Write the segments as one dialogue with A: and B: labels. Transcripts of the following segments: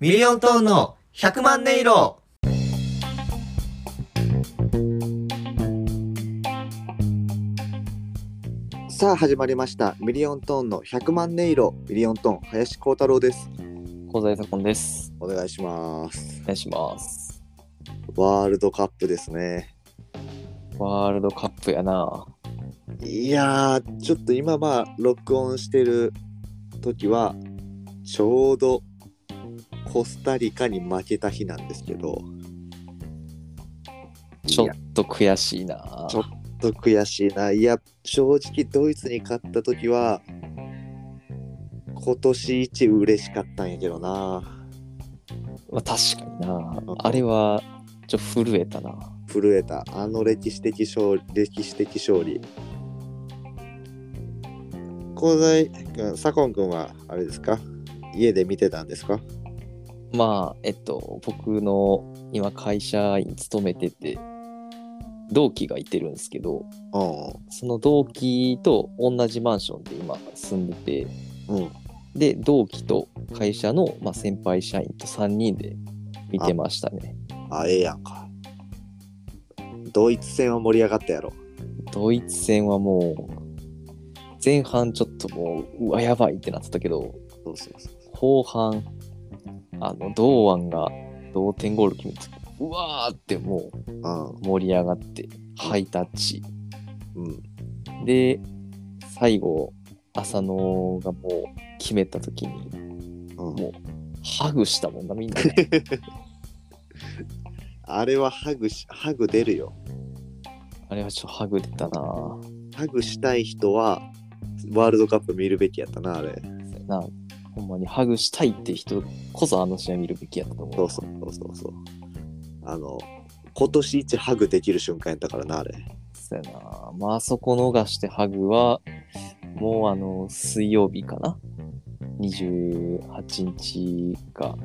A: ミリオントーンの100万音色
B: さあ始まりましたミリオントーンの100万音色ミリオントーン林光太郎です
C: 小沢左近です。
B: お願いします
C: お願いします。
B: ワールドカップですね
C: ワールドカップやな。
B: いやーちょっと今まあ録音してる時はちょうどコスタリカに負けた日なんですけど
C: ちょ
B: いや
C: っと悔しいな。
B: ちょちょっと悔しいないや正直ドイツに勝った時は今年一嬉しかったんやけどな
C: まあ、確かにな
B: うん。
C: あれは、ちょっと震えたな。
B: 震えたあの歴史的勝利歴史的勝利香西君左近君はあれですか家で見てたんですか
C: まあ、えっと、僕の今、会社員勤めてて、同期がいてるんですけど、
B: う
C: その同期と同じマンションで今住んでて、
B: んうん
C: で、同期と会社の、まあ、先輩社員と3人で見てましたね。
B: あええやんかドイツ戦は盛り上がったやろ
C: ドイツ戦はもう、前半ちょっともう、うわ、やばいってなってたけど、
B: そうそうそう
C: 後半、あの、堂安が同点ゴール決めて、うわーってもう盛り上がって、ハイタッチ。
B: うんうん
C: で、最後、浅野がもう決めた時に、
B: うん
C: もう、ハグしたもんな、みんな。
B: あれはハグしハグ出るよ
C: あれはちょっとハグ出たな
B: ハグしたい人はワールドカップ見るべきやったなあれ
C: なほんまにハグしたいって人こそあの試合見るべきやったと思。
B: そううそうそうそうそうあの今年一ハグできる瞬間やったからなあれ
C: そうやなまああそこ逃してハグは、もうあの、水曜日かな ?28 日か。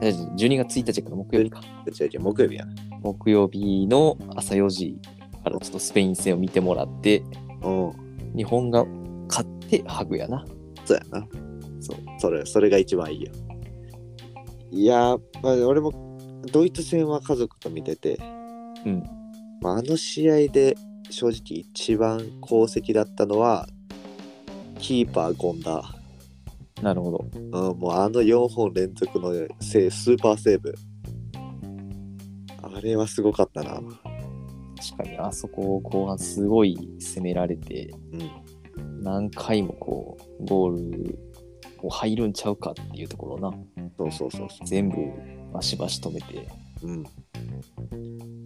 C: え12月1日かな木曜日か。
B: 違う違う木曜日やな
C: 木曜日の朝4時からちょっとスペイン戦を見てもらって、
B: うん
C: 日本が勝ってハグやな。
B: そうやな
C: そう。
B: それそれが一番いいよいやー、まあ、俺もドイツ戦は家族と見てて、
C: うん。
B: まあ、あの試合で正直一番功績だったのはキーパー権田、
C: なるほど。
B: うん、もうあの4本連続のセースーパーセーブあれはすごかったな
C: 確かにあそこを後半すごい攻められて、
B: うん
C: 何回もこう、ゴールを入るんちゃうかっていうところな。
B: そうそうそうそ
C: 全部バシバシ止めて。
B: う。うん。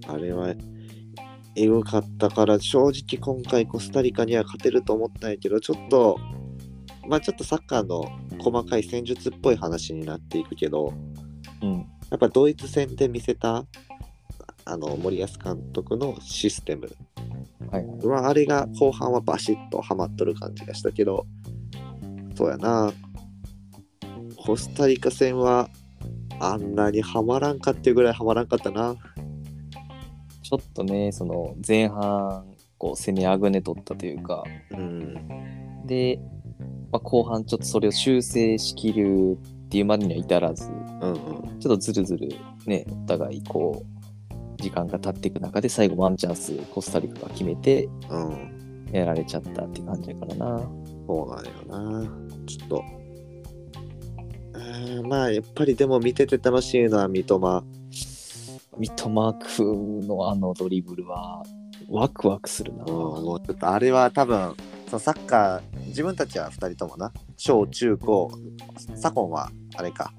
B: あれは、エグかったから、正直今回コスタリカには勝てると思ったんやけど、ちょっと、まあちょっとサッカーの細かい戦術っぽい話になっていくけど、
C: うん。
B: やっぱドイツ戦で見せた、あの、森保監督のシステム。
C: はい。
B: まあ、あれが後半はバシッとハマっとる感じがしたけど、そうやな。コスタリカ戦は、あんなにハマらんかっていうぐらいハマらんかったな。
C: ちょっとね、その前半、こう攻めあぐね取ったというか、
B: うん。
C: で、まあ、後半ちょっとそれを修正しきるっていうまでには至らず、ち
B: うんうん。
C: ょっとずるずるね、お互いこう、時間が経っていく中で最後ワンチャンスコスタリカが決めて
B: うん。
C: やられちゃったっていう感じだからな。
B: そうなんよな。ちょっと。あーまあ、やっぱりでも見てて楽しいのは三笘。
C: 三笘君のあのドリブルはワクワクするな。
B: うん、もうちょっとあれは多分、そのサッカー、自分たちは2人ともな、小中高、左近はあれか、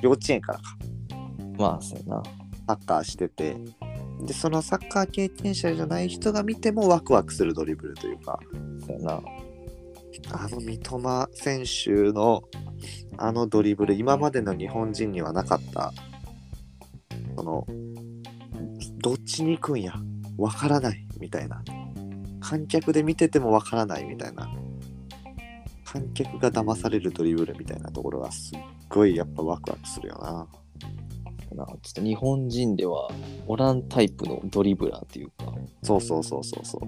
B: 幼稚園からか、
C: まあ、そうやな。
B: サッカーしてて、で、そのサッカー経験者じゃない人が見てもワクワクするドリブルというか、
C: そうやな。
B: あの三笘選手のあのドリブル、今までの日本人にはなかった、その、どっちに行くんや、わからないみたいな。観客で見ててもわからないみたいな。観客が騙されるドリブルみたいなところがすっごいやっぱワクワクするよな。
C: なちょっと日本人ではおらんタイプのドリブラーというか
B: そうそうそうそうそう。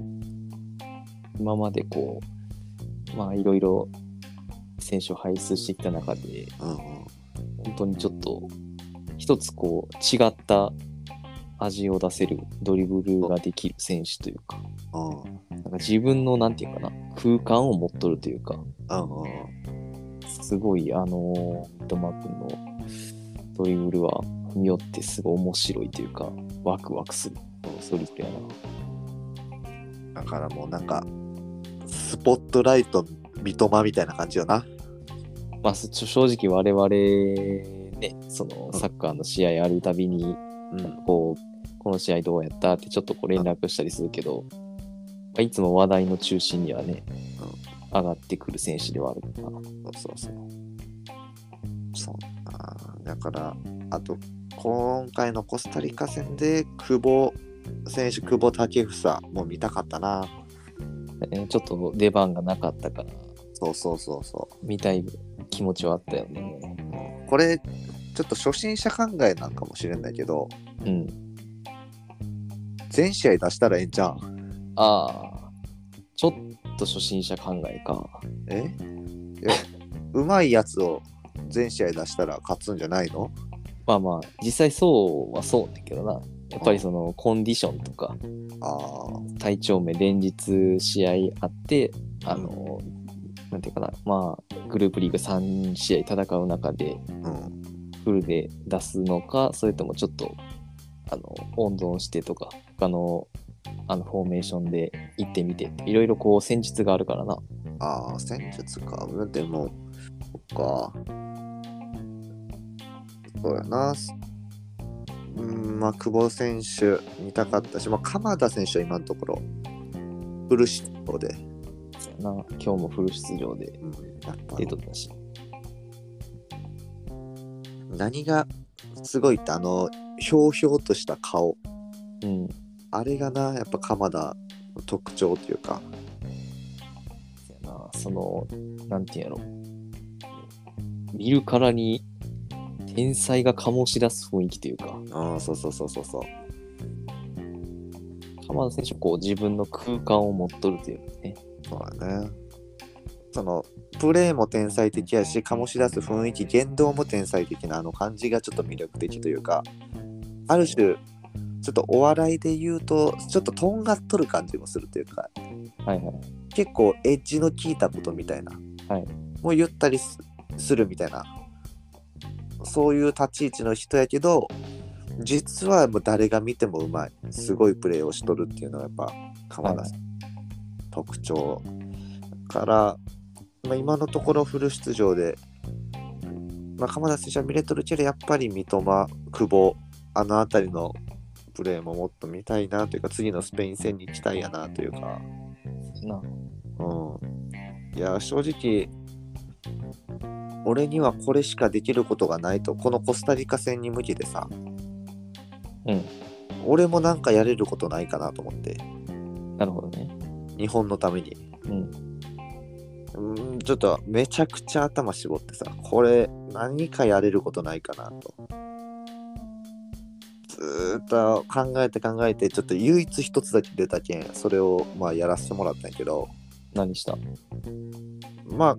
C: 今までこうまあいろいろ選手を輩出してきた中で
B: うんうん。
C: 本当にちょっと、一つこう、違った味を出せるドリブルができる選手というか、
B: うん
C: なんか自分の、なんていうかな、空間を持っとるというか、
B: うんうん
C: すごい、あのー、三笘君のドリブルは、によってすごい面白いというか、ワクワクする。それってやな。
B: だからもうなんかスポットライト三笘みたいな感じよな
C: まあ、そちょ正直我々、ね、そのサッカーの試合あるたびに、
B: うん
C: こう、この試合どうやったってちょっとこう連絡したりするけど、まあ、いつも話題の中心にはね、上がってくる選手ではあるかな。
B: そうそうそうそうあーだからあと今回のコスタリカ戦で久保選手久保建英も見たかったな
C: えーちょっと出番がなかったから、
B: そうそうそうそ
C: 見たい気持ちはあったよね。
B: うこれちょっと初心者考えなんかもしれないけど
C: うん。
B: 全試合出したらええんちゃうん
C: ああ、ちょっと初心者考えか。
B: えいやうまいやつを全試合出したら勝つんじゃないの
C: まあまあ、実際そうはそうだけどな。やっぱりそのコンディションとか、
B: ああ
C: 体調面連日試合あってあの、なんていうかなまあグループリーグ3試合戦う中で
B: うん
C: フルで出すのかそれともちょっとあの温存してとか他のあのフォーメーションで行ってみていろいろこう戦術があるからな
B: ああ、戦術か。うんでも、そっか。そうやな。すうん、まあ、久保選手見たかったし、まあ、鎌田選手は今のところ、フル出場で、
C: な今日もフル出場で
B: うん、やっぱ
C: 出とったし
B: 何がすごいって、あの、ひょうひょうとした顔。
C: うん
B: あれがな、やっぱ鎌田の特徴というか、
C: そやなそのなんていうんやろ見るからに天才が醸し出す雰囲気というか
B: ああ、そうそうそうそうそう。
C: 鎌田選手はこう自分の空間を持っとるというかね。
B: そうだね。そのプレーも天才的やし醸し出す雰囲気言動も天才的なあの感じがちょっと魅力的というかある種ちょっとお笑いで言うとちょっととんがっとる感じもするというか
C: はいはい。
B: 結構エッジの効いたことみたいな、
C: はい
B: もうゆったりすするみたいなそういう立ち位置の人やけど実はもう誰が見てもうまいすごいプレーをしとるっていうのがやっぱ鎌田さん特徴だから、まあ、今のところフル出場で、まあ、鎌田選手は見れとるけどやっぱり三笘久保あの辺りのプレーももっと見たいなというか次のスペイン戦に行きたいやなというか。
C: な
B: うん、いや正直俺にはこれしかできることがないとこのコスタリカ戦に向けてさ
C: うん。
B: 俺もなんかやれることないかなと思って
C: なるほどね。
B: 日本のために
C: うん。
B: うんちょっとめちゃくちゃ頭絞ってさこれ何かやれることないかなとずーっと考えて考えてちょっと唯一一つだけ出たけんそれをまあやらせてもらったんやけど
C: 何した
B: まあ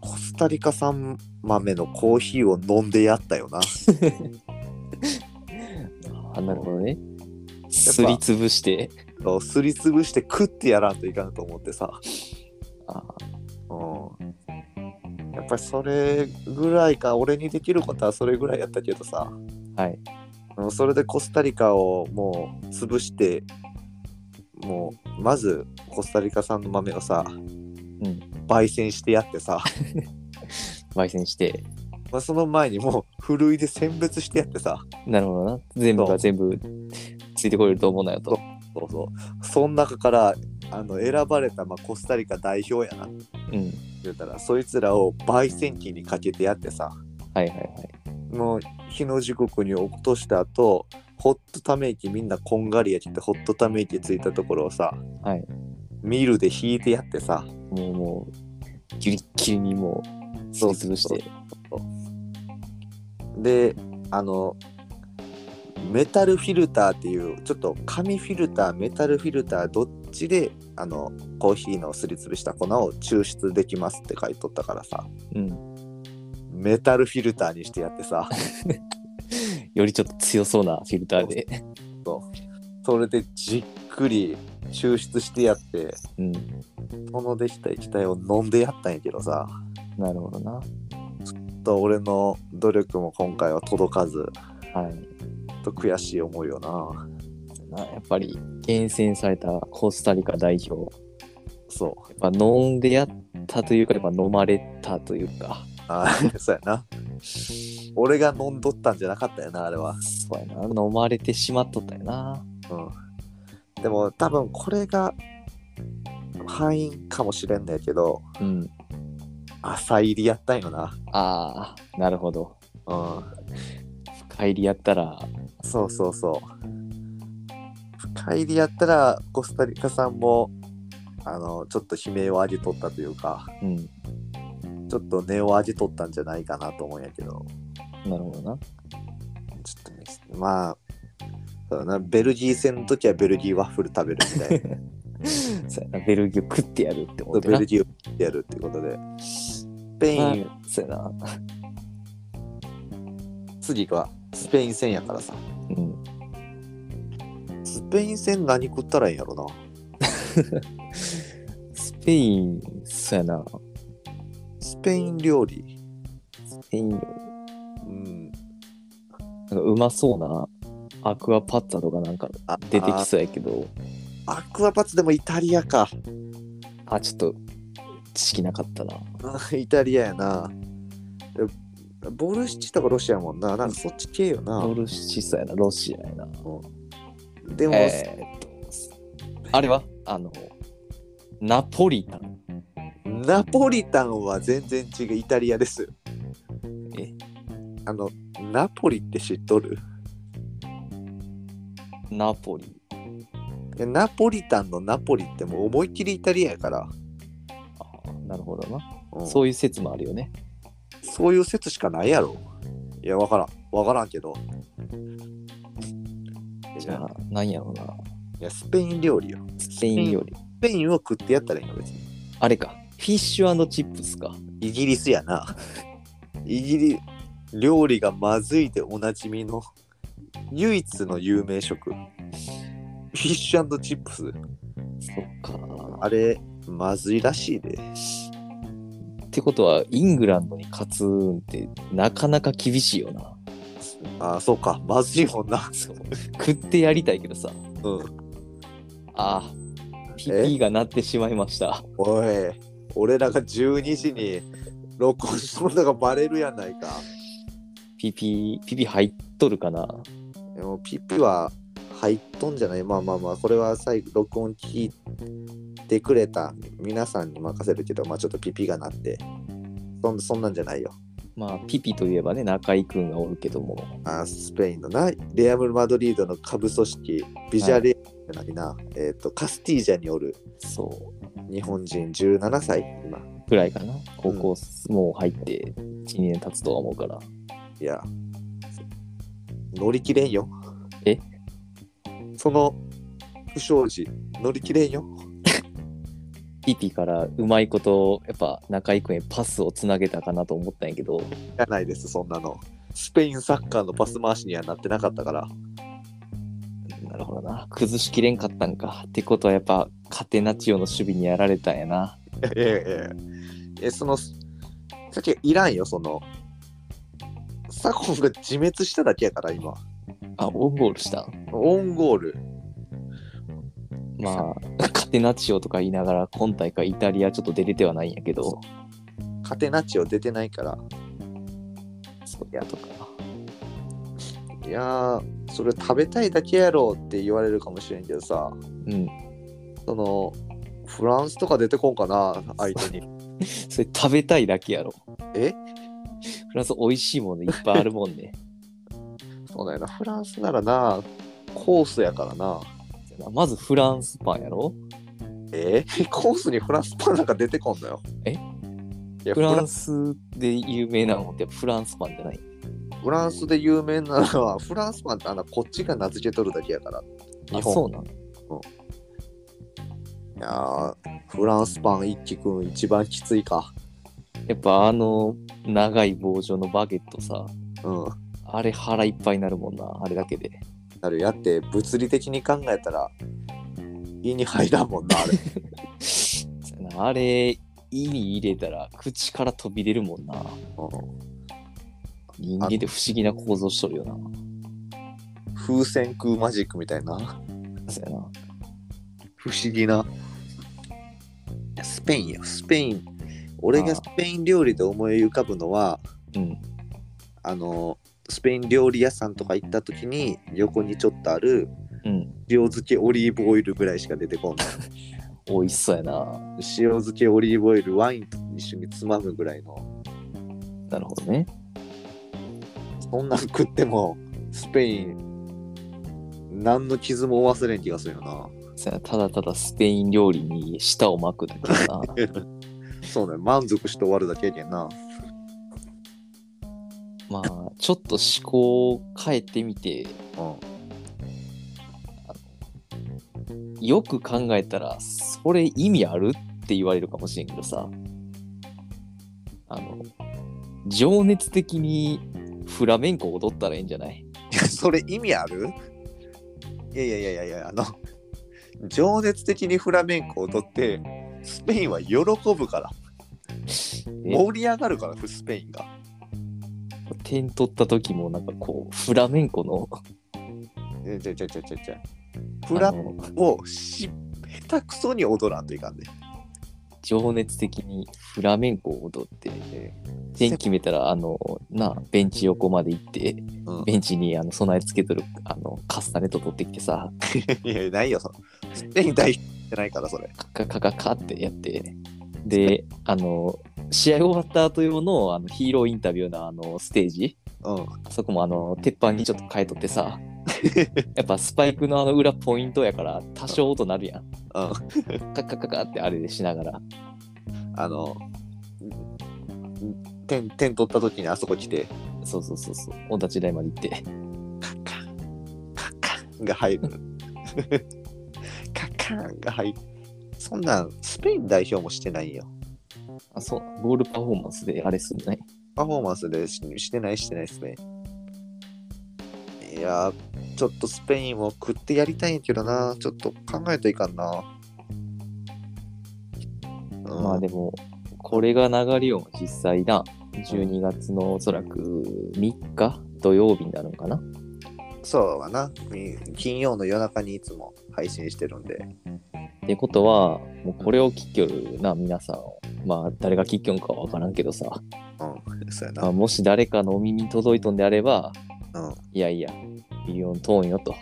B: コスタリカ産豆のコーヒーを飲んでやったよな。
C: あ、なるほどね。すりつぶして。
B: そうすりつぶして食ってやらんといかんと思ってさ。
C: あ
B: うん。やっぱりそれぐらいか、俺にできることはそれぐらいやったけどさ。
C: はい。
B: うんそれでコスタリカをもう潰して、もうまずコスタリカ産の豆をさ、焙煎してやってさ、
C: 焙煎して。
B: まあその前にもうふるいで選別してやってさ。
C: なるほどな。全部
B: そ
C: が
B: う
C: 全部ついてこれると思うなよと。
B: そうそう。その中からあの選ばれた、まあ、コスタリカ代表やなって
C: うん。
B: 言ったら、そいつらを焙煎機にかけてやってさ、
C: はいはいはい。
B: もう日の時刻に落とした後、ホットため息みんなこんがりやきってホットため息ついたところをさ、
C: はい
B: ミルで引いてやってさ、
C: もうもう、ギリッギリにもう、すりつぶして。
B: で、あの、メタルフィルターっていうちょっと紙フィルターメタルフィルターどっちであのコーヒーのすりつぶした粉を抽出できますって書いとったからさ
C: うん。
B: メタルフィルターにしてやってさ、
C: よりちょっと強そうなフィルターで。
B: それでじっくり抽出してやって、
C: うん。
B: そのできた液体を飲んでやったんやけどさ、
C: なるほどな。
B: ちょっと俺の努力も今回は届かず、
C: はい。
B: ちょっと悔しい思いよな。
C: なやっぱり厳選されたコスタリカ代表。
B: そう。
C: やっぱ飲んでやったというか、やっぱ飲まれたというか。
B: あー そうやな。俺が飲んどったんじゃなかったよな、あれは。
C: そうやな。飲まれてしまっとったよな。
B: うん。でも多分これが敗因かもしれんねんけど、
C: うん。
B: 朝入りやったんよな。
C: ああ、なるほど。
B: うん。
C: 深入りやったら、
B: そうそうそう。深入りやったら、コスタリカさんも、あの、ちょっと悲鳴を上げとったというか、
C: うん。
B: ちょっと根を上げとったんじゃないかなと思うんやけど、
C: なるほどな。
B: ちょっとね、まあ、そうだな、ベルギー戦の時はベルギーワッフル食べるみたいな。
C: そうやな。ベルギーを食ってやるって思
B: と
C: って
B: ベ
C: な
B: ル。ギーをやるってことで、スペイン、
C: まあそうやな。
B: 次がスペイン戦やからさ。
C: うん。
B: スペイン戦何食ったらいいんやろな。
C: スペイン、そうやな。
B: スペイン料理。
C: スペイン、なん
B: うん。
C: かうまそうなアクアパッツァとかなんか
B: あ
C: 出てきそうやけど、
B: あアクアパッツでもイタリアか。
C: あちょっと知識なかったな。
B: うんイタリアやな。でボルシチとかロシアやもんな。なんかそっち系よな
C: ロ。ルシそうやな、ロシアやな。
B: でも、
C: えーっと、あれはあの、ナポリタン。
B: ナポリタンは全然違う。イタリアです。
C: え
B: あの、ナポリって知っとる
C: ナポリ。
B: でナポリタンのナポリってもう思いっきりイタリアやから。
C: あーなるほどな。
B: うん
C: そういう説もあるよね。
B: そういう説しかないやろ。いや、わからん。わからんけど。
C: じゃあ、なんやろうな。
B: いや、スペイン料理よ。
C: スペインより。
B: スペインを食ってやったらいいの別に。
C: あれか。フィッシュチップスか。
B: イギリスや な。イギリ料理がまずいでおなじみの唯一の有名食。フィッシュチップス。
C: そっか。
B: あれ、まずいらしいで。
C: ってことは、イングランドに勝つんってなかなか厳しいよな。
B: ああ、そうか。まずいもんな。
C: そう食ってやりたいけどさ。
B: うん。
C: ああ、ピピ
B: え
C: ーが鳴ってしまいました。
B: おい、俺らが12時に録音したものがバレるやないか。
C: ピピー、ピピー入っとるかな
B: でもピッピは入っとんじゃないまあまあまあこれは最後録音聞いてくれた皆さんに任せるけどまあちょっとピッピがなってそんそんなんじゃないよ
C: まあ、ピピといえばね、中居くんがおるけども。
B: あースペインのなレアル・マドリードの下部組織ビジャレじゃないな、えっ、とカスティージャにおる
C: そ
B: 日本人17歳今
C: う。ぐらいかな。高校、もう入って1、2年経つとは思うから。
B: いや乗り切れんよ
C: え
B: その不祥事乗り切れんよ
C: ピピからうまいこと、やっぱ中居くんへパスをつなげたかなと思ったんやけど、
B: いらないです、そんなの。スペインサッカーのパス回しにはなってなかったから。
C: なるほどな。崩しきれんかったんか。ってことはやっぱ、カテナチオの守備にやられたんやな。
B: ええええ。え、その、さっきいらんよ、その。サコフが自滅しただけやから、今。
C: あ、オンゴールしたん
B: オウンゴール。
C: まあ、カテナチオとか言いながら、今大会イタリアちょっと出れてはないんやけど、
B: カテナチオ出てないから。
C: そうやとか。
B: いやー、それ食べたいだけやろって言われるかもしれんけどさ、
C: うん。
B: その、フランスとか出てこんかな、相手に。
C: それ食べたいだけやろ。
B: え
C: フランス美味しいものいっぱいあるもんね。
B: そうだよな、フランスならな、コースやからな。
C: まずフランスパンやろ
B: え ーコースにフランスパンなんか出てこんのよ。
C: え
B: いやフ
C: フ
B: ラ
C: ラ
B: ン
C: ン
B: ス
C: スで有名なのってフランスパンじゃない。
B: フランスで有名なのは フランスパンってあのこっちが名付けとるだけやから。
C: あ、
B: 日本
C: そうなん
B: いやーフランスパン一輝くん一番きついか。
C: やっぱあの長い棒状のバゲットさ、
B: うん。
C: あれ腹いっぱいになるもんな、あれだけで。
B: なるやって、物理的に考えたら、胃に入らんもんな、あれ。
C: そうやなあれ、胃に入れたら口から飛び出るもんな。
B: うん
C: 人間って不思議な構造しとるよな。
B: 風船空マジックみたいな。
C: そうやな。
B: 不思議な。スペインよ、スペイン。俺がスペイン料理で思い浮かぶのは、
C: うん。
B: あの、スペイン料理屋さんとか行った時に、横にちょっとある
C: うん。
B: 塩漬けオリーブオイルぐらいしか出てこない。
C: 美味しそうやな。
B: 塩漬けオリーブオイル、ワインと一緒につまむぐらいの。
C: なるほどね。
B: そんなん食っても、スペイン、何の傷も負わせれん気がするよな。
C: そうやなただただスペイン料理に舌を巻くだけやな。
B: そうだよ、満足して終わるだけやけんな。
C: まあ、ちょっと思考を変えてみて、
B: うん。
C: よく考えたら、それ意味あるって言われるかもしれんけどさ、あの、情熱的にフラメンコ踊ったらいいんじゃない
B: いや、 それ意味あるいやいやいやいやいや、あの、情熱的にフラメンコ踊って、スペインは喜ぶから、盛り上がるから、スペインが。
C: 点取った時もなんかこう、フラメンコの、
B: えちゃちゃちゃちゃちゃ。フ
C: あ
B: ラ
C: の
B: をし、下手くそに踊らんといかんで、
C: 情熱的にフラメンコを踊って、
B: え
C: 点決めたら、あの、なあ、ベンチ横まで行って、
B: うん
C: ベンチにあの備え付けとる、あの、カスタネット取ってきてさ、
B: いや、ないよ、その。スペイン代表じゃないから、それ。
C: カカカカカってやって、で、あの、試合終わった後用のあのヒーローインタビューのあのステージ、
B: うん。
C: あそこもあの、鉄板にちょっと変えとってさ、やっぱスパイクのあの裏ポイントやから、多少音なるやん。
B: うん。
C: カカカカってあれでしながら。
B: あの、点、点取った時にあそこ来て、
C: そうそうそうそう。お立ち台まで行って。
B: カカンが入る。 カカンが入る。そんなん、スペイン代表もしてないよ。
C: あ、そう。ゴールパフォーマンスであれすんない。
B: パフォーマンスでししてない、してない、スペイン。いやー、ちょっとスペインを食ってやりたいんやけどな。ちょっと考えといかんな。うん、
C: まあでも、これが流れを実際な、12月のおそらく3日土曜日になるのかな。
B: そうはな。み金曜の夜中にいつも配信してるんで。
C: ってことは、もうこれを聞きよるな、皆さん。まあ、誰が聞きよんかわからんけどさ。
B: うん、そうや
C: ま
B: な。
C: あ、もし誰かのお耳に届いとんであれば、
B: うん、うん。
C: いやいや、ビリオントーンよと。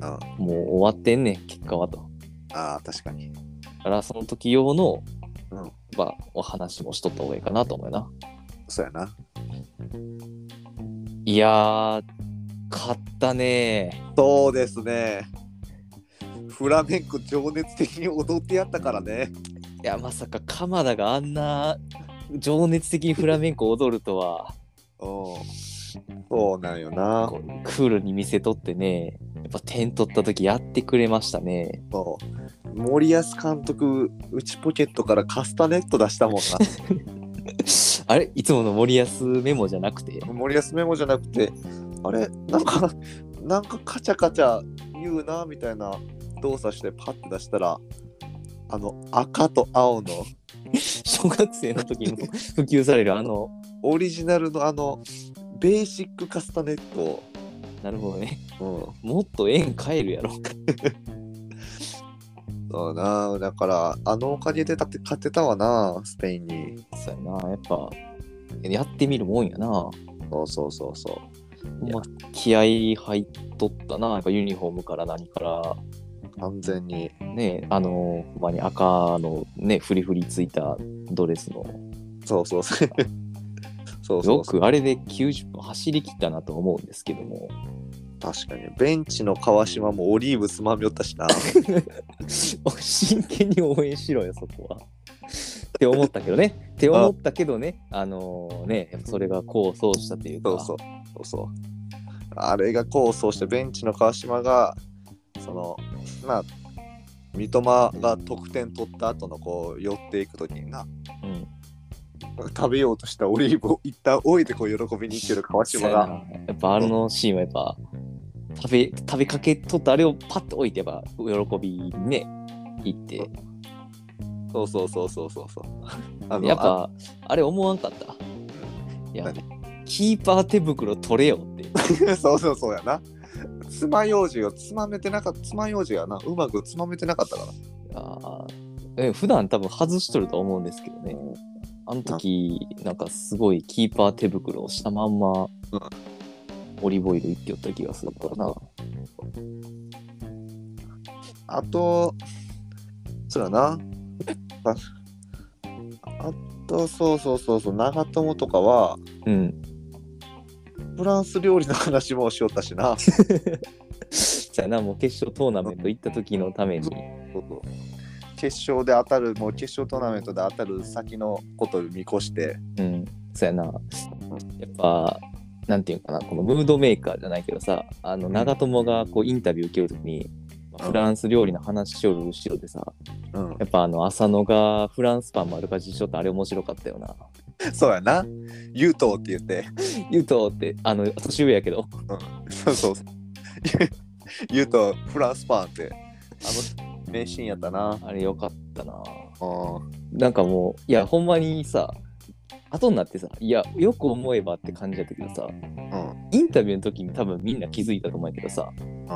B: あ
C: もう終わってんねん、結果はと。
B: あ、確かに。
C: だから、その時用の、
B: うん
C: まあ、お話もしとった方がいいかなと思うよな。
B: そうやな。
C: いやー、勝ったね
B: そうですね。フラメンコ情熱的に踊ってやったからね。
C: いや、まさか鎌田があんな情熱的にフラメンコ踊るとは、
B: うん。そうなんよな。
C: こうクールに見せとってね、やっぱ点取った時やってくれましたね。
B: そう森保監督、内ポケットからカスタネット出したもん
C: あれいつもの森保メモじゃなくて
B: な。森保メモじゃなくて、あれなんか、なんかカチャカチャ言うな、みたいな動作してパッて出したら、あの、赤と青の
C: 小学生の時に も普及されるあの、
B: オリジナルのあの、ベーシックカスタネット
C: なるほどね。
B: うん。
C: もっと縁変えるやろ。
B: そうな、だから、あのおかげでだって勝てたわな、スペインに。
C: そうやな、やっぱ、やってみるもんやな。ほ
B: そうそうそうそ
C: んま気合入っとったな、やっぱユニフォームから何から。
B: う。完全に。
C: ねあのほんまに赤のねフリフリついたドレスの
B: そうそう そう。そうそ
C: よ
B: うそう。
C: くあれで90分走り切ったなと思うんですけ ども
B: 確かに。ベンチの川島もオリーブつまみよった しな。
C: 真剣に応援しろよそこは。って思ったけどねって思ったけどねあのねやっぱそれが功を奏したというか
B: そうそう。そうそう。あれが功を奏して、ベンチの川島が、その、まあ、三笘が得点取った後のこう寄っていくときにな、
C: うん
B: 食べようとしたオリーブを一旦置いてこう喜びに行ってる川島
C: そうや
B: が
C: なやっぱあのシーンはやっぱ、食べ食べかけとってあれをパッと置いてば喜びにね行って
B: そうそうそうそうそうそうあの
C: やっぱあれ思わんかったいや
B: 何
C: キーパー手袋取れよって
B: あそうそうそうやな爪楊枝をつまめてなかった爪楊枝やなうまくつまめてなかったから
C: あーえ普段多分外しとると思うんですけどねあの時なんかすごいキーパー手袋をしたまんま
B: うん
C: オリーブオイルいっておった気がするからな
B: あと、そうやな。ああと、そうそうそうそう、長友とかは、
C: うん
B: フランス料理の話もしよったしな。そ
C: じゃあなもう決勝トーナメント行った時のために
B: うそう決勝で当たる、もう決勝トーナメントで当たる先のことを見越して、
C: うん、そうやな。やっぱ、なんていうかな、このムードメーカーじゃないけどさ、あの長友がこうインタビュー受けるときに、まあ
B: うん
C: フランス料理の話しよる後ろでさ、
B: うん、
C: やっぱあの浅野がフランスパン丸かじりしょってあれ面白かったよな。
B: そうやな。優等って言って、
C: 言うとって、あの年上やけど、
B: そうそうそう。優等、フランスパンって、あの名シーンやったな。
C: あれよかったな。
B: うん
C: なんかもう、いや、ほんまにさ、後になってさ、いや、よく思えばって感じだったけどさ、
B: うん
C: インタビューの時に多分みんな気づいたと思うけどさ、
B: うん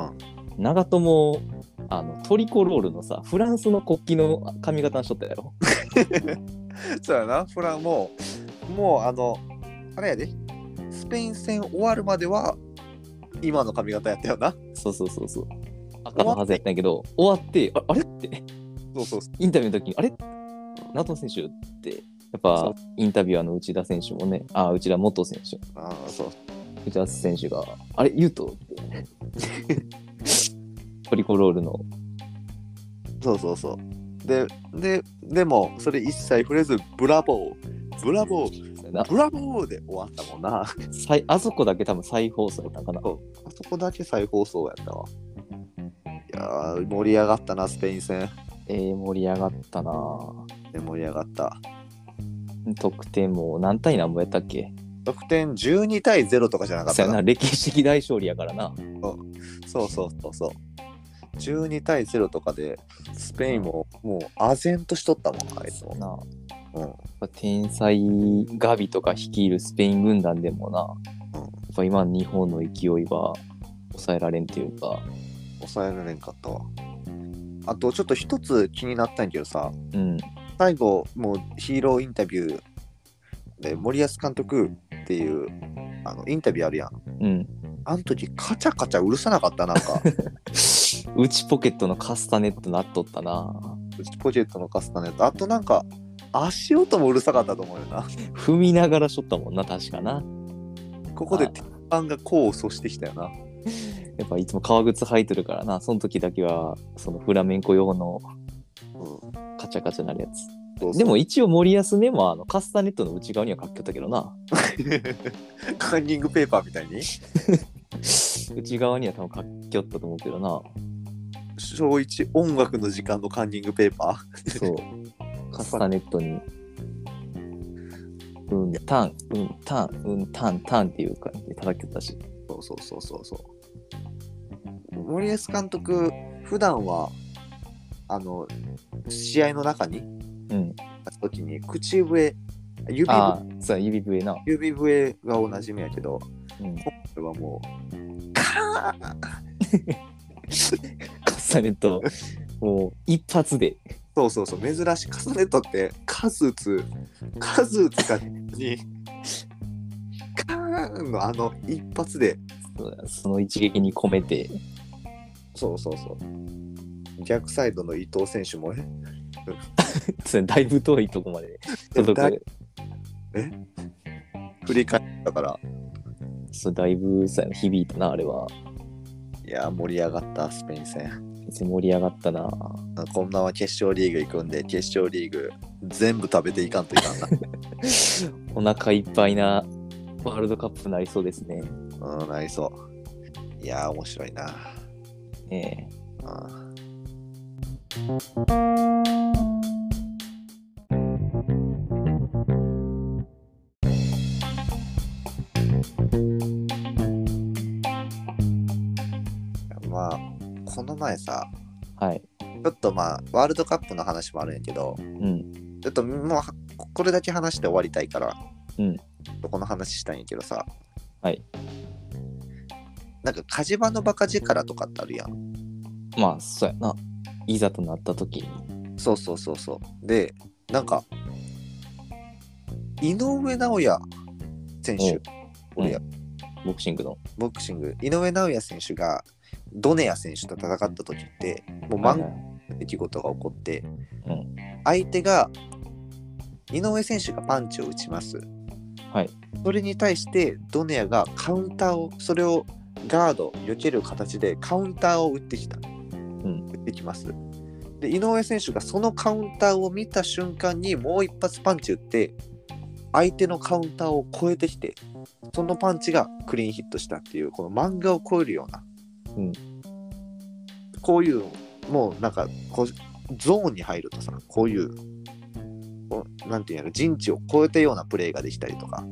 C: 長友あのトリコロールのさフランスの国旗の髪型にしとったやろ
B: そうやな、フランもう、もうあの、あれやで、スペイン戦終わるまでは、今の髪型やったよな。
C: そうそうそうそう赤のはずやったんやけど終わってああれって
B: そうそうそ
C: インタビューの時にあれ長友選手ってやっぱインタビュアーの内田選手もねあ内田元選手
B: う。ああ、そう。
C: 内田選手があれ言う とトリコロールの
B: そうそうそう。で、で、でも、それ一切触れず、ブラボー、ブラボー、
C: な
B: ブラボーで終わったもんな。あ
C: 再あそこだけ多分再放送やったんかな
B: そこだけ再放送やったわ。いやー、盛り上がったな、スペイン戦。
C: えー、盛り上がったなぁ
B: で盛り上がった。
C: 得点も何対何もやったっけ
B: 得点12対0とかじゃなかっ
C: そ
B: た
C: や
B: な
C: な。歴史的大勝利やからな
B: そうそうそうそう。12対0とかで、スペインももう唖然としとったもん、あいつも。
C: な
B: うん
C: 天才ガビとか率いるスペイン軍団でもな、
B: うん
C: やっぱ今の日本の勢いは抑えられんというか、
B: 抑えられんかったわ。あと、ちょっと一つ気になったんやけどさ、
C: うん、
B: 最後、もうヒーローインタビューで、森保監督っていう、あの、インタビューあるやん。
C: うん。
B: あの時、カチャカチャうるさなかった、なん か。
C: 内ポケットのカスタネットなっとったな。
B: うちポジェットのカスタネット。あと、なんか、足音もうるさかったと思うよな。
C: 踏みながらしょったもんな、確かな。
B: ここで
C: あ
B: 鉄板が功を奏してきたよな。
C: やっぱいつも革靴履いてるからな、その時だけは、そのフラメンコ用の
B: うん
C: カチャカチャなるやつ。
B: そうそう
C: でも一応森保ねもあのカスタネットの内側には書きよったけどな
B: カンニングペーパーみたいに
C: 内側には多分書きよったと思うけどな
B: 小一音楽の時間のカンニングペーパ
C: そうカスタネットにうんたんうんたんうんたんたんっていう感じで叩きよったし
B: ーそうそうそうそうそう森保監督普段はあの試合の中に
C: うん
B: 時に口笛指笛
C: ああそう指笛な
B: 指笛がおなじみやけど
C: うん
B: これはもうカーン
C: カスタネットもう一発で
B: そうそうそう珍しいカスタネットって数打つ数打つかにカーンのあの一発で
C: そうだその一撃に込めて
B: そうそうそう。逆サイドの伊藤選手もね、
C: そうだいぶ遠いとこまで届
B: だ
C: く
B: 振り返ったから、
C: そうだいぶそうやな響いたなあれはい
B: やー、盛り上がった、スペイン戦。
C: 別に盛り上がったな
B: あこんなんは決勝リーグ行くんで、決勝リーグ全部食べていかんといかん
C: お腹いっぱいなワールドカップになりそうですね。
B: な。うん、なりそう。いやー、面白いな。
C: ええ
B: うんはこの前さ
C: はい。
B: ちょっとまあワールドカップの話もあるんやけど
C: うん。
B: ちょっともうはこれだけ話して終わりたいから、
C: うん
B: この話したいんやけどさ
C: はい
B: なんか火事場のバカ力とかってあるやん
C: まあ、そうやな。いざとなった時に。
B: そうそうそうそうでなんか井上尚弥選手
C: お
B: 俺や、
C: ボクシングの。
B: ボクシング井上尚弥選手がドネア選手と戦った時ってもう
C: は
B: 満
C: いはい
B: 出来事が起こって、
C: うん
B: 相手が井上選手がパンチを打ちます、
C: はい
B: それに対してドネアがカウンターをそれをガード避ける形でカウンターを打ってきた、
C: ん
B: 打ってきますで井上選手がそのカウンターを見た瞬間にもう一発パンチ打って相手のカウンターを超えてきてそのパンチがクリーンヒットしたっていうこの漫画を超えるような、
C: うん
B: こういうもうなんかこうゾーンに入るとさこういうこうなんていうの陣地を超えたようなプレーができたりとか
C: う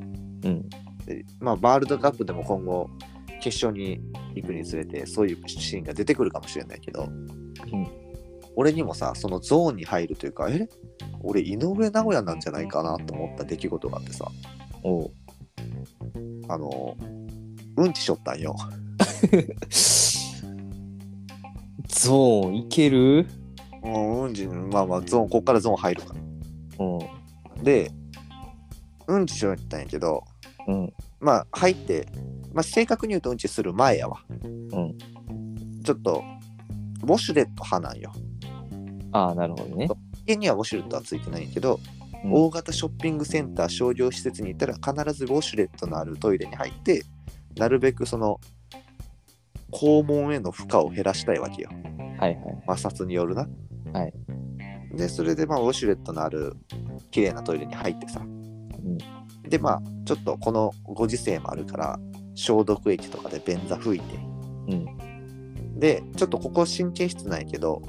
C: ん。
B: でまあ、ワールドカップでも今後決勝に行くにつれてそういうシーンが出てくるかもしれないけど、俺にもさそのゾーンに入るというかえ俺井上尚弥なんじゃないかなと思った出来事があってさ
C: おう
B: あのうんちしょったんよ
C: ゾーンいける
B: うんうんちまあまあゾーンこっからゾーン入るか
C: うん。
B: らでうんちしょったんやけど
C: うん。
B: まあ入って、まあ、正確に言うとうんちする前やわ
C: うん。
B: ちょっとウォシュレット派なんよ
C: ああ、なるほどね。
B: 家にはウォシュレットはついてないんやけど、
C: うん
B: 大型ショッピングセンター商業施設に行ったら必ずウォシュレットのあるトイレに入ってなるべくその肛門への負荷を減らしたいわけよ
C: はいはい。
B: 摩擦によるな
C: はい
B: でそれでまあウォシュレットのある綺麗なトイレに入ってさ、でまあちょっとこのご時世もあるから消毒液とかで便座拭いて
C: うん。
B: でちょっとここ神経質なんやけど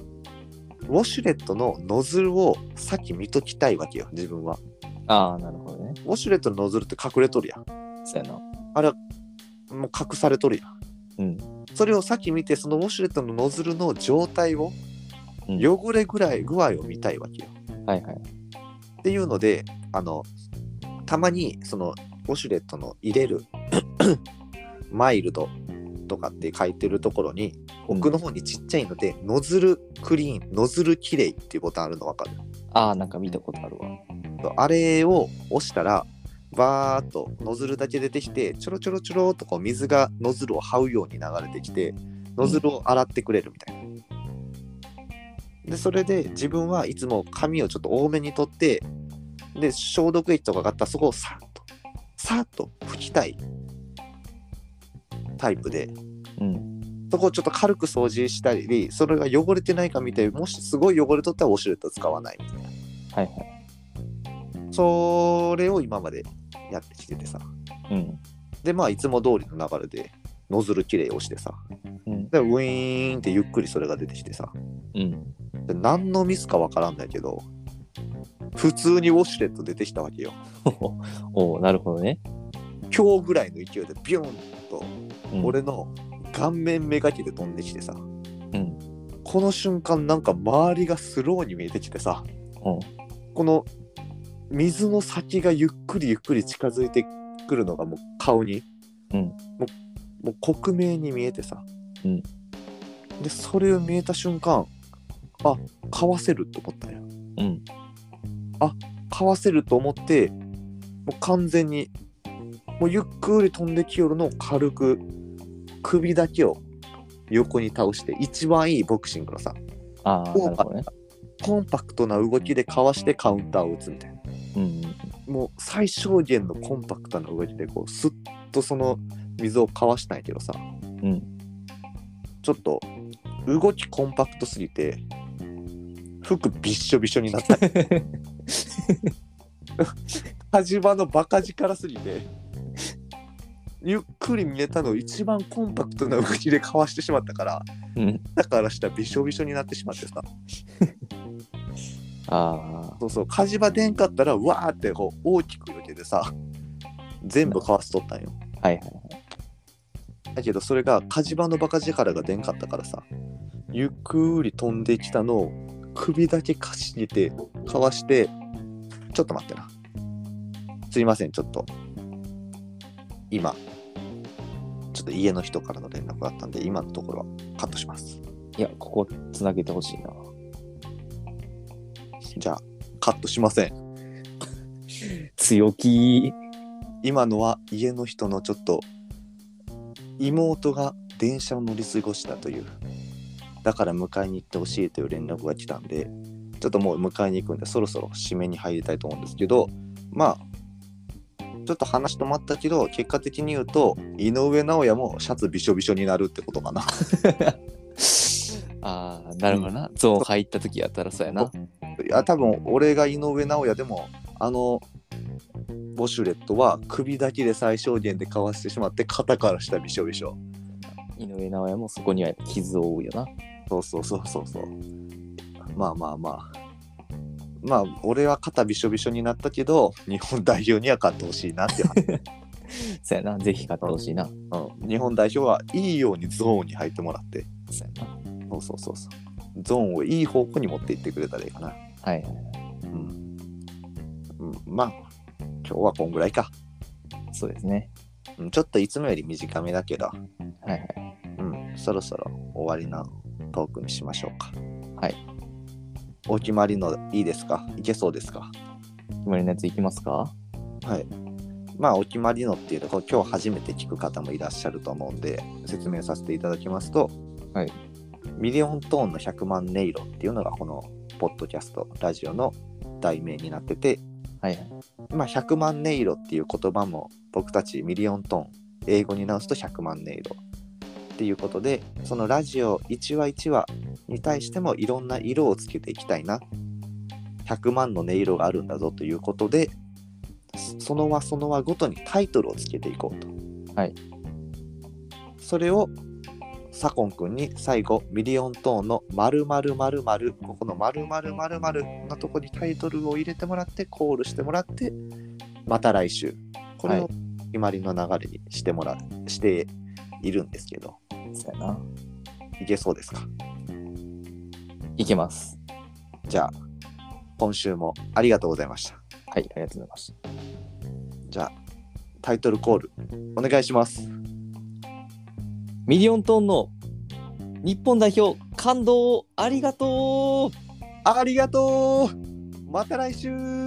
B: ウォシュレットのノズルを先見ときたいわけよ自分は
C: ああ、なるほどね。
B: ウォシュレットのノズルって隠れとるや
C: そうやな。
B: ん。もう隠されとるやん。
C: うん。
B: それをさっき見て、そのウォシュレットのノズルの状態を、
C: うん
B: 汚れぐらい、具合を見たいわけよ。
C: はいはい。
B: っていうので、あの、たまに、その、ウォシュレットの入れる、 マイルドとかって書いてるところに、奥の方にちっちゃいので、ノズルクリーン、ノズルきれいっていうボタンあるのわかる
C: ああ、なんか見たことあるわ。
B: あれを押したら、バーっとノズルだけ出てきて、ちょろちょろちょろっとこう水がノズルを這うように流れてきて、ノズルを洗ってくれるみたいな。で、それで自分はいつも髪をちょっと多めに取って、で、消毒液とかがあったらそこをさっと、さっと拭きたいタイプで、
C: うん。
B: そこをちょっと軽く掃除したり、それが汚れてないか見て、もしすごい汚れとったらウォシュレット使わないみたいな。
C: はいはい。
B: それを今までやってきててさ。
C: うん。
B: で、まあ、いつも通りの流れで、ノズルきれいをしてさ。
C: うん。
B: で、ウィーンってゆっくりそれが出てきてさ。
C: うん。
B: で何のミスかわからんないけど、普通にウォシュレット出てきたわけよ。
C: おおなるほどね。
B: 今日ぐらいの勢いでビューンと
C: うん、
B: 俺の顔面めがけて飛んできてさ。
C: うん
B: この瞬間なんか周りがスローに見えてきてさ。
C: うん。
B: この水の先がゆっくりゆっくり近づいてくるのがもう顔に、
C: うん
B: もうもう克明に見えてさ、
C: うん
B: でそれを見えた瞬間あかわせると思ったんや
C: うん。
B: かわせると思ってもう完全にもうゆっくり飛んできよるのを軽く首だけを横に倒して一番いいボクシングのさ
C: ああ、なるほどね。
B: コンパクトな動きでかわしてカウンターを打つみたいな。
C: うん。
B: もう最小限のコンパクトな動きでこうスッとその水をかわしたんやけどさ
C: うん。
B: ちょっと動きコンパクトすぎて服びっしょびしょになった 火事場のバカ力すぎてゆっくり見えたのを一番コンパクトな動きでかわしてしまったから
C: うん。
B: だからしたらびしょびしょになってしまってさ
C: ああ。
B: そうそう火事場でんかったらわーってこう大きく避けてさ全部かわしとったんよ
C: はいはい。
B: だけどそれが火事場のバカ力が出んかったからさゆっくり飛んできたのを首だけかしげてかわしてちょっと待ってなすいませんちょっと今ちょっと家の人からの連絡があったんで今のところはカットします
C: いや、ここつなげてほしいな。
B: じゃあカットしません
C: 強気。
B: 今のは家の人のちょっと妹が電車を乗り過ごしたというだから迎えに行ってほしいという連絡が来たんでちょっともう迎えに行くんでそろそろ締めに入りたいと思うんですけどまあちょっと話止まったけど結果的に言うと井上尚弥もシャツびしょびしょになるってことかな
C: ああ、なるほどな。ゾーン入った時やったらそうやな。
B: いや多分俺が井上尚弥でもあのウォシュレットは首だけで最小限でかわしてしまって肩から下びしょびしょ
C: 井上尚弥もそこには傷を負うよな。
B: そうそうそうそうそう。まあまあまあ。まあ、俺は肩びしょびしょになったけど、日本代表には勝ってほしいなっていう話、
C: そうやな。ぜひ勝ってほしいな。
B: うん。日本代表はいいようにゾーンに入ってもらって、
C: そうやな。
B: そうそうそうそう。ゾーンをいい方向に持っていってくれたらいいかな。
C: はい。
B: うん。うん、まあ、今日はこんぐらいか。
C: そうですね。
B: うん、ちょっといつもより短めだけど、
C: はいはい。
B: うん、そろそろ終わりのトークにしましょうか。
C: はい。
B: お決まりのいいですかいけそうですか
C: 決まりのやついきますか
B: はい。まあ、お決まりのっていうと、こう今日初めて聞く方もいらっしゃると思うんで、説明させていただきますと、
C: はい
B: ミリオントーンの100万音色っていうのが、このポッドキャスト、ラジオの題名になってて、
C: はいはい。
B: まあ、100万音色っていう言葉も、僕たちミリオントーン、英語に直すと100万音色っていうことで、そのラジオ1話1話に対してもいろんな色をつけていきたいな。100万の音色があるんだぞということで、その輪その輪ごとにタイトルをつけていこうと。
C: はい。
B: それを左近くんに最後ミリオントーンの〇〇〇〇ここの〇〇〇〇のとこにタイトルを入れてもらってコールしてもらってまた来週これを
C: はい
B: 決まりの流れにしてもらしているんですけど
C: そうやな。
B: いけそうですか
C: いけます。
B: じゃあ今週もありがとうございました
C: はい、ありがとうございました。
B: じゃあタイトルコールお願いします
C: ミリオントーンの日本代表、感動をありがとう
B: ありがとうまた来週